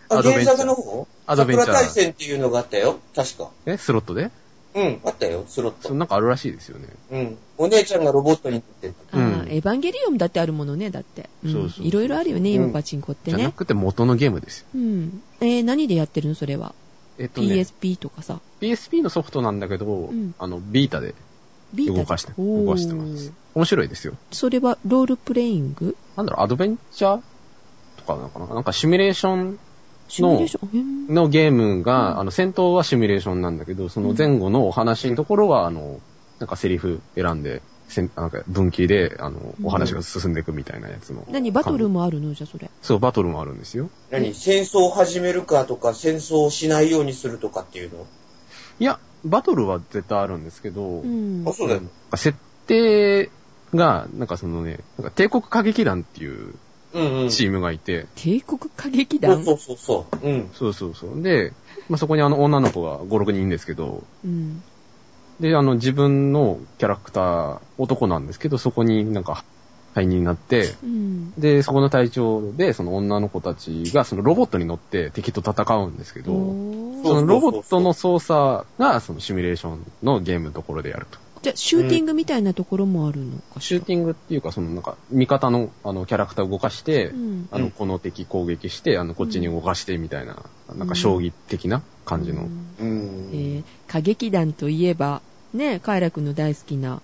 Speaker 2: アドベ
Speaker 4: 原
Speaker 2: ンチャー
Speaker 4: 作の方
Speaker 2: アドベンチャー
Speaker 4: 桜大戦っていうのがあったよ。確か。
Speaker 2: え、スロットで
Speaker 4: うん、あったよ、スロッ
Speaker 2: そう
Speaker 4: ト。
Speaker 2: なんかあるらしいですよね。
Speaker 4: うん。お姉ちゃんがロボットになってる。
Speaker 3: あ ー
Speaker 2: うん
Speaker 3: エヴァンゲリオンだってあるものね、だって。ん
Speaker 2: そうそう
Speaker 3: いろいろあるよね、今
Speaker 4: うん
Speaker 3: パチンコって
Speaker 2: じゃな
Speaker 3: ね。
Speaker 2: くて元のゲームですよ。
Speaker 3: うん。えー、何でやってるのそれは。
Speaker 2: えっとね、
Speaker 3: PSP とかさ。
Speaker 2: PSP のソフトなんだけど、
Speaker 3: ん
Speaker 2: あの、ビータで
Speaker 3: ビータ
Speaker 2: 動かして、
Speaker 3: おー
Speaker 2: 動かしてます。面白いですよ。
Speaker 3: それはロールプレイング
Speaker 2: なんだろう、アドベンチャーとかなのかななんかシミュレーション
Speaker 3: シミュレーション。
Speaker 2: のゲームが、
Speaker 3: うん
Speaker 2: あの、戦闘はシミュレーションなんだけど、その前後のお話のところは、あの、なんかセリフ選んで、せんなんか分岐で、あの、お話が進んでいくみたいなやつの。
Speaker 3: へん何バトルもあるのじゃあそれ。
Speaker 2: そう、バトルもあるんですよ。
Speaker 4: 何戦争を始めるかとか、戦争をしないようにするとかっていうの
Speaker 2: いや、バトルは絶対あるんですけど、
Speaker 3: うん
Speaker 4: あ、。そうだよね。
Speaker 2: なんか設定が、なんかそのね、なんか帝国歌劇団っていう
Speaker 4: うんうん。
Speaker 2: チームがいて、
Speaker 3: 帝国歌劇
Speaker 4: そう
Speaker 3: 団。
Speaker 4: そうそうそう。うん。
Speaker 2: そうそうそう。で、まあ、そこにあの女の子が5、6人いるんですけど、
Speaker 3: うん。
Speaker 2: で、あの自分のキャラクター、男なんですけど、そこになんか、配人になって、
Speaker 3: うん。
Speaker 2: で、そこの隊長で、その女の子たちが、そのロボットに乗って敵と戦うんですけど、
Speaker 3: おー
Speaker 4: そう
Speaker 2: そのロボットの操作が、そのシミュレーションのゲームのところでやると。
Speaker 3: じゃあシューティングみたいなところもあるのかし
Speaker 2: シュ
Speaker 3: ら
Speaker 2: ーティングっていうか、そのなんか、味方の、あの、キャラクターを動かして、
Speaker 3: うん
Speaker 2: あ
Speaker 4: う
Speaker 2: の、
Speaker 4: ん
Speaker 2: この敵攻撃して、あの、こっちに動かして、みたいな、なんか、将棋的な感じの。
Speaker 3: うん
Speaker 4: う
Speaker 3: え
Speaker 4: ん。
Speaker 3: ー歌劇団といえば、ね、カイラくんの大好きな。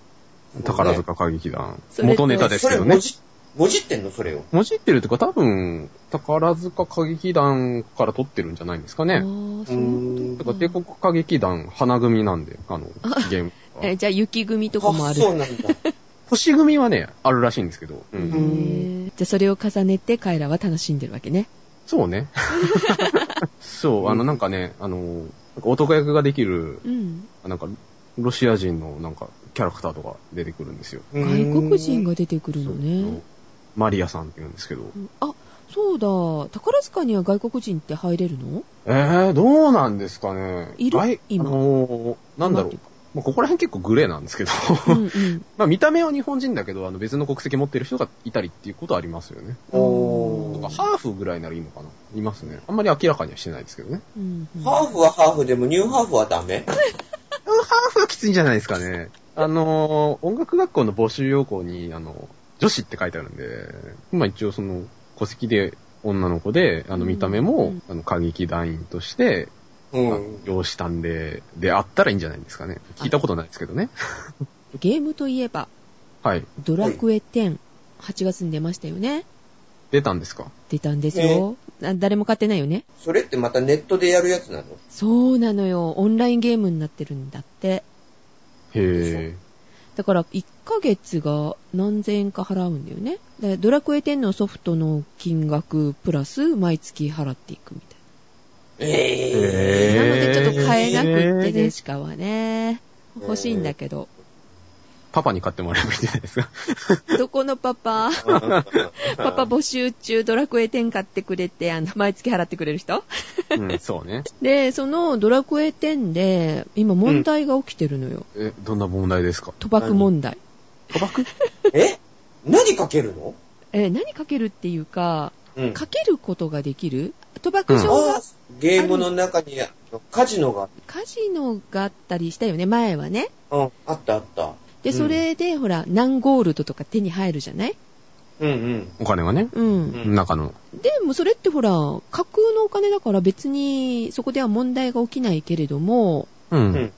Speaker 2: 宝塚歌劇団。
Speaker 3: それ
Speaker 2: 元
Speaker 3: と
Speaker 2: ネタです
Speaker 4: そ
Speaker 2: け
Speaker 4: れ、
Speaker 2: ど
Speaker 4: も
Speaker 2: ね。
Speaker 4: じ、もじってんのそれを。
Speaker 2: もじってるっていうか、多分、宝塚歌劇団から撮ってるんじゃないんですか
Speaker 3: ああ
Speaker 2: ね。
Speaker 3: ー、そういう
Speaker 2: だ
Speaker 3: こ
Speaker 2: か
Speaker 3: と
Speaker 2: ら
Speaker 3: か。
Speaker 2: 帝国歌劇団、花組なんで、あの、ゲーム は。
Speaker 3: えじゃあ雪組とかもあ
Speaker 4: あ、
Speaker 3: る。
Speaker 4: そうなんだ。
Speaker 2: 星組はね、あるらしいんですけど。う
Speaker 3: へ
Speaker 2: ん。
Speaker 3: ーじゃあそれを重ねてカイラは楽しんでるわけね。
Speaker 2: そう ね。そう、あの、なんかね、あの、なんか男役ができる、
Speaker 3: うん。
Speaker 2: なんか、ロシア人のなんか、キャラクターとか出てくるんですよ。
Speaker 4: 外
Speaker 3: 外国人が出てくるの
Speaker 2: そう
Speaker 3: ね。
Speaker 2: マリアさんって言うんですけど。
Speaker 3: うんあ、そうだ。宝塚には外国人って入れるの
Speaker 2: えー、どうなんですかね。
Speaker 3: いる
Speaker 2: 外
Speaker 3: 今
Speaker 2: あのーなんだろう
Speaker 3: 今。
Speaker 2: まあ、ここら辺結構グレーなんですけど。
Speaker 3: うんうん。
Speaker 2: まあ見た目は日本人だけど、あの別の国籍持ってる人がいたりっていうことはありますよね。
Speaker 4: お
Speaker 2: まあ
Speaker 4: ー。
Speaker 2: ハーフぐらいならいいのかないますね。あんまり明らかにはしてないですけどね。
Speaker 3: うんうん
Speaker 4: ハーフはハーフでもニューハーフはダメ
Speaker 2: ハーフはきついんじゃないですかね。あのー音楽学校の募集要項に、あの、女子って書いてあるんで、まあ一応その、戸籍で女の子で、あの見た目も、
Speaker 3: うん
Speaker 2: あの、歌劇団員として、
Speaker 4: う
Speaker 2: まあ。養子探偵であったらいいんじゃないですかね。聞いたことないですけどね。
Speaker 3: ゲームといえば、
Speaker 2: はい。
Speaker 3: ドラクエ10、8月に出ましたよね。
Speaker 2: 出たんですか
Speaker 3: 出たんですよ。あ誰も買ってないよね。
Speaker 4: それってまたネットでやるやつなの
Speaker 3: そうなのよ。オンラインゲームになってるんだって。
Speaker 2: へ
Speaker 3: だから、1ヶ月が何千円か払うんだよね。でドラクエ10のソフトの金額プラス、毎月払っていくみたいな。
Speaker 2: ぇ
Speaker 4: え
Speaker 3: なのでちょっと買えなくって
Speaker 2: へ
Speaker 3: ね、
Speaker 2: ー
Speaker 3: しかはね。欲しいんだけど。
Speaker 2: パパに買ってもらえばいいんじゃないですか。
Speaker 3: どこのパパ
Speaker 4: ー。
Speaker 3: パパ募集中、ドラクエ10買ってくれて、あの、毎月払ってくれる人
Speaker 2: うん、 そうね。
Speaker 3: で、そのドラクエ10で、今問題が起きてるのよ。
Speaker 2: え、どんな問題ですか
Speaker 3: 賭博問題。
Speaker 2: 賭博
Speaker 4: え何かけるの
Speaker 3: えー、何かけるっていうか、
Speaker 4: うん
Speaker 3: かけることができる賭博場が、
Speaker 4: あーゲームの中にカジノが、
Speaker 3: カジノがあったりしたよね、前はね。
Speaker 4: うん、あったあった。
Speaker 3: で、
Speaker 4: うん
Speaker 3: それで、ほら、何ゴールドとか手に入るじゃない
Speaker 4: うんうん。
Speaker 2: お金はね。
Speaker 3: うん。
Speaker 4: うん
Speaker 2: 中の。
Speaker 3: でもそれってほら、架空のお金だから別にそこでは問題が起きないけれども、
Speaker 2: う
Speaker 4: うん
Speaker 2: ん。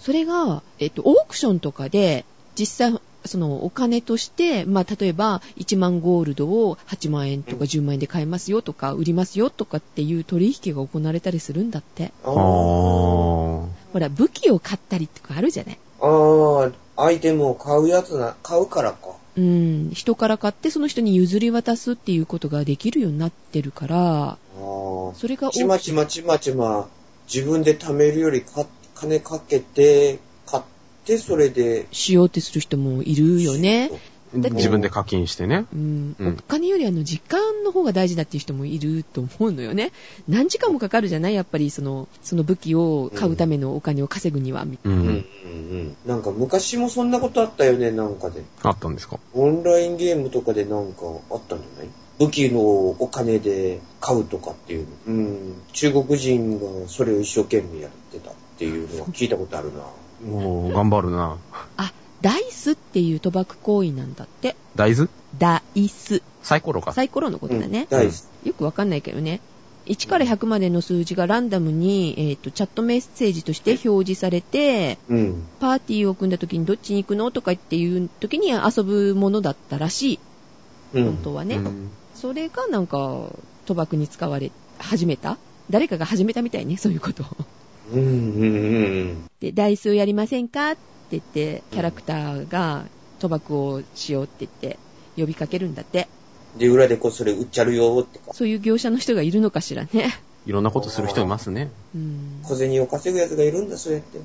Speaker 3: それが、えっと、オークションとかで、実際、そのお金として、まあ、例えば1万ゴールドを8万円とか10万円で買えますよとか、売りますよとかっていう取引が行われたりするんだって。
Speaker 4: あ
Speaker 2: あー。
Speaker 4: ー
Speaker 3: ほら、武器を買ったりとかあるじゃない。
Speaker 4: あー、アイテムを買うやつな、買うからか。
Speaker 3: うん、人から買ってその人に譲り渡すっていうことができるようになってるから、
Speaker 4: あー
Speaker 3: それが
Speaker 4: ちま
Speaker 3: 大き
Speaker 4: ちまちまちま、自分で貯めるよりか金かけて、買って、それで。
Speaker 3: しようってする人もいるよね。だって
Speaker 2: 自分で課金してね。
Speaker 3: うん、
Speaker 2: うん
Speaker 3: お金よりあの時間の方が大事だっていう人もいると思うのよね。何時間もかかるじゃないやっぱりその、その武器を買うためのお金を稼ぐには。み
Speaker 2: う。
Speaker 4: うんうんんうん。なんか昔もそんなことあったよね、なんかで。
Speaker 2: あったんですか
Speaker 4: オンラインゲームとかでなんかあったんじゃない武器のお金で買うとかっていうの。うん。中国人がそれを一生懸命やってたっていうのは聞いたことあるな。
Speaker 2: おー、頑張るな。
Speaker 3: あ、ダイスっていう賭博行為なんだって。
Speaker 2: 大豆
Speaker 3: ダイス。
Speaker 2: サイコロか。
Speaker 3: サイコロのことだね。
Speaker 4: 大好き。
Speaker 3: よくわかんないけどね。1から100までの数字がランダムに、えっ、と、チャットメッセージとして表示されて、
Speaker 4: うん。
Speaker 3: パーティーを組んだ時にどっちに行くのとかっていう時に遊ぶものだったらしい。
Speaker 4: うん。
Speaker 3: 本当はね。
Speaker 2: うん
Speaker 3: それがなんか賭博に使われ始めた誰かが始めたみたいねそういうことを
Speaker 4: うんうんうん。
Speaker 3: で「台数やりませんか?」って言ってキャラクターが賭博をしようって言って呼びかけるんだって
Speaker 4: で、裏でこうそれ売っちゃるよってか。
Speaker 3: そういう業者の人がいるのかしらね
Speaker 2: いろんなことする人いますね。
Speaker 3: うん
Speaker 4: 小銭を稼ぐやつがいるんだ、そうやって。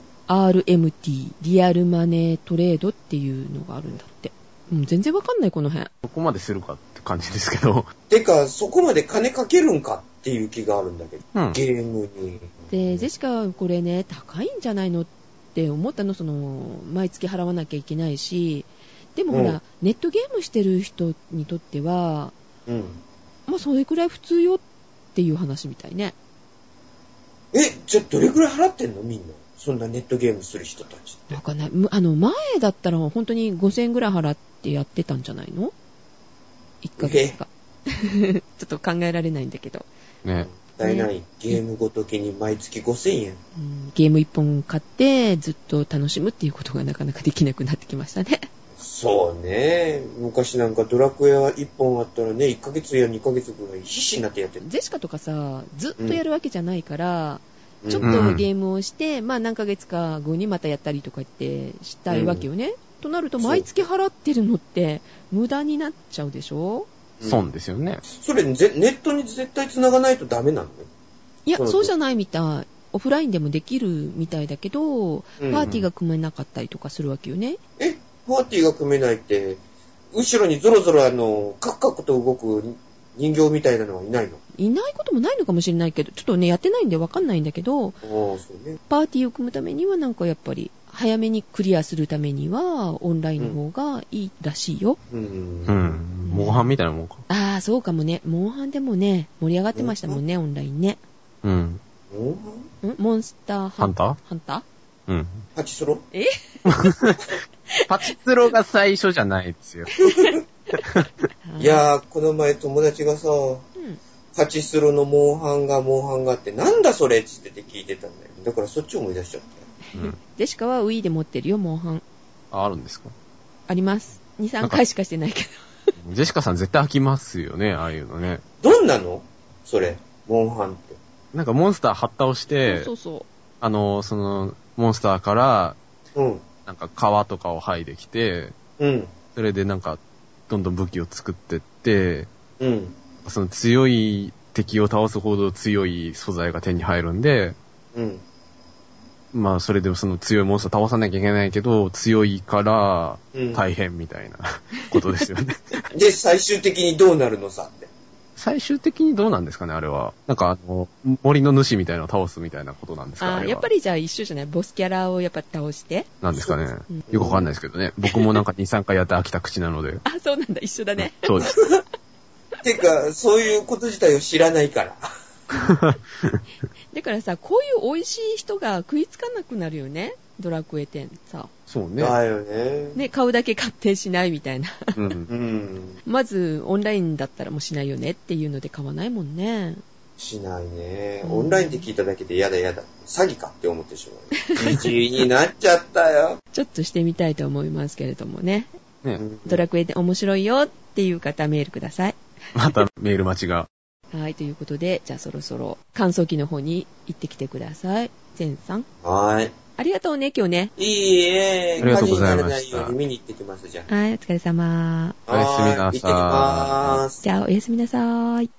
Speaker 3: RMT リアルマネートレードっていうのがあるんだって、うん、全然わかんないこの辺
Speaker 2: どこまでするかって感じですけど。
Speaker 4: てか、そこまで金かけるんかっていう気があるんだけど。
Speaker 2: うん。
Speaker 4: ゲームに。
Speaker 3: でジェシカはこれね高いんじゃないのって思ったのその毎月払わなきゃいけないしでもほら、
Speaker 4: うん
Speaker 3: ネットゲームしてる人にとっては
Speaker 4: うん。
Speaker 3: まあそれくらい普通よっていう話みたいね
Speaker 4: え、じゃあどれくらい払ってんのみんな。そんなネットゲームする人たちって
Speaker 3: なん。かねむあの前だったら本当に5000円ぐらい払ってやってたんじゃないの ?1 ヶ月か ちょっと考えられないんだけど、
Speaker 2: ね。
Speaker 4: 大ないゲームごときに毎月5000円。
Speaker 3: うんゲーム1本買ってずっと楽しむっていうことがなかなかできなくなってきましたね
Speaker 4: そうね。昔なんかドラクエは1本あったらね、1ヶ月や2ヶ月ぐらい必死になってやってる。
Speaker 3: ジェシカとかさずっとやるわけじゃないから、
Speaker 4: うん
Speaker 3: ちょっとゲームをして、まあ何ヶ月か後にまたやったりとかってしたいわけよね。となると
Speaker 4: そう
Speaker 3: 毎月払ってるのって無駄になっちゃうでしょ
Speaker 2: 損ですよね。
Speaker 4: それぜネットに絶対繋がないとダメなのね。
Speaker 3: いや、
Speaker 4: そうそう
Speaker 3: そうじゃないみたい。オフラインでもできるみたいだけど、
Speaker 4: うん
Speaker 3: パーティーが組めなかったりとかするわけよね。
Speaker 4: え、パーティーが組めないって、後ろにゾロゾロあの、カクカクと動く人形みたいなのはいないの
Speaker 3: いないこともないのかもしれないけど、ちょっとね、やってないんでわかんないんだけど、
Speaker 4: ああ、そうね。
Speaker 3: パーティーを組むためにはなんかやっぱり、早めにクリアするためには、オンラインの方がいいらしいよ。
Speaker 4: うん。
Speaker 2: うん。模範みたいなもんか。
Speaker 3: ああ、そうかもね。モンハンでもね、盛り上がってましたもんね、オンラインね。
Speaker 2: うん。
Speaker 4: うん
Speaker 3: んモンスターハ
Speaker 2: ハ
Speaker 3: ン
Speaker 2: ン
Speaker 3: ター
Speaker 2: ター
Speaker 3: ハンター
Speaker 2: うん。
Speaker 4: パチスロ
Speaker 2: パチスロが最初じゃないです よ。
Speaker 3: あー
Speaker 4: いやー、この前友達がさ、
Speaker 3: うん。
Speaker 4: パチスロのモンハンがモンハンがあって、なんだそれっつってて聞いてたんだよ。だからそっち思い出しちゃったよ。
Speaker 2: うん。
Speaker 3: ジェシカは Wii で持ってるよ、モンハン。
Speaker 2: あ、あるんですか
Speaker 3: あります。2、
Speaker 2: な
Speaker 3: 3
Speaker 2: んか
Speaker 3: 回しかしてないけど。
Speaker 2: ジェシカさん絶対飽きますよね、ああいうのね。
Speaker 4: どんなのそれ、モンハンって。
Speaker 2: なんかモンスター発倒して、
Speaker 3: そうそう
Speaker 2: あの、その、モンスターから、
Speaker 4: うん。
Speaker 2: なんか皮とかを剥いできて、
Speaker 4: うん。
Speaker 2: それでなんか、どんどん武器を作ってって、
Speaker 4: うん。
Speaker 2: その強い敵を倒すほど強い素材が手に入るんで、
Speaker 4: うん。
Speaker 2: まあそれでもその強いモンスター倒さなきゃいけないけど、強いから
Speaker 4: うん
Speaker 2: 大変みたいなことですよね。
Speaker 4: で、最終的にどうなるのさって。
Speaker 2: 最終的にどうなんですかね、あれは。なんかあの、森の主みたいなのを倒すみたいなことなんです
Speaker 3: そう。
Speaker 2: か
Speaker 3: あ
Speaker 2: あ
Speaker 3: ー
Speaker 2: れは。
Speaker 3: やっぱりじゃあ一緒じゃないボスキャラをやっぱ倒して。
Speaker 2: なんですかね
Speaker 3: うん。
Speaker 2: よくわかんないですけどね。僕もなんか2、3回やって飽きた口なので。
Speaker 3: あ、そうなんだ、一緒だね。
Speaker 2: そう です。
Speaker 4: てか、そういうこと自体を知らないから。
Speaker 3: だからさ、こういう美味しい人が食いつかなくなるよね。ドラクエ10さ。
Speaker 2: そうね。
Speaker 4: だよね。
Speaker 3: ね、買うだけ買ってしないみたいな。
Speaker 2: うん。
Speaker 4: うん。
Speaker 3: まず、オンラインだったらもうしないよねっていうので買わないもんね。
Speaker 4: しないね。オンラインで聞いただけでやだやだ。詐欺かって思ってしまう。1位になっちゃったよ。
Speaker 3: ちょっとしてみたいと思いますけれどもね。
Speaker 2: ね。
Speaker 3: ドラクエで面白いよっていう方メールください。
Speaker 2: またメール待ちが。
Speaker 3: はい、ということで、じゃあそろそろ乾燥機の方に行ってきてください。ゼンさん。
Speaker 4: はーい。
Speaker 3: ありがとうね、今日ね。
Speaker 4: いいえ。
Speaker 2: ありがとうございました
Speaker 4: 火事にならないように見に行ってきます、じゃ
Speaker 3: はい、お疲れ様。
Speaker 4: あ。
Speaker 2: おやすみなさい
Speaker 4: はー行ってきまーす。
Speaker 3: じゃあおやすみなさーい。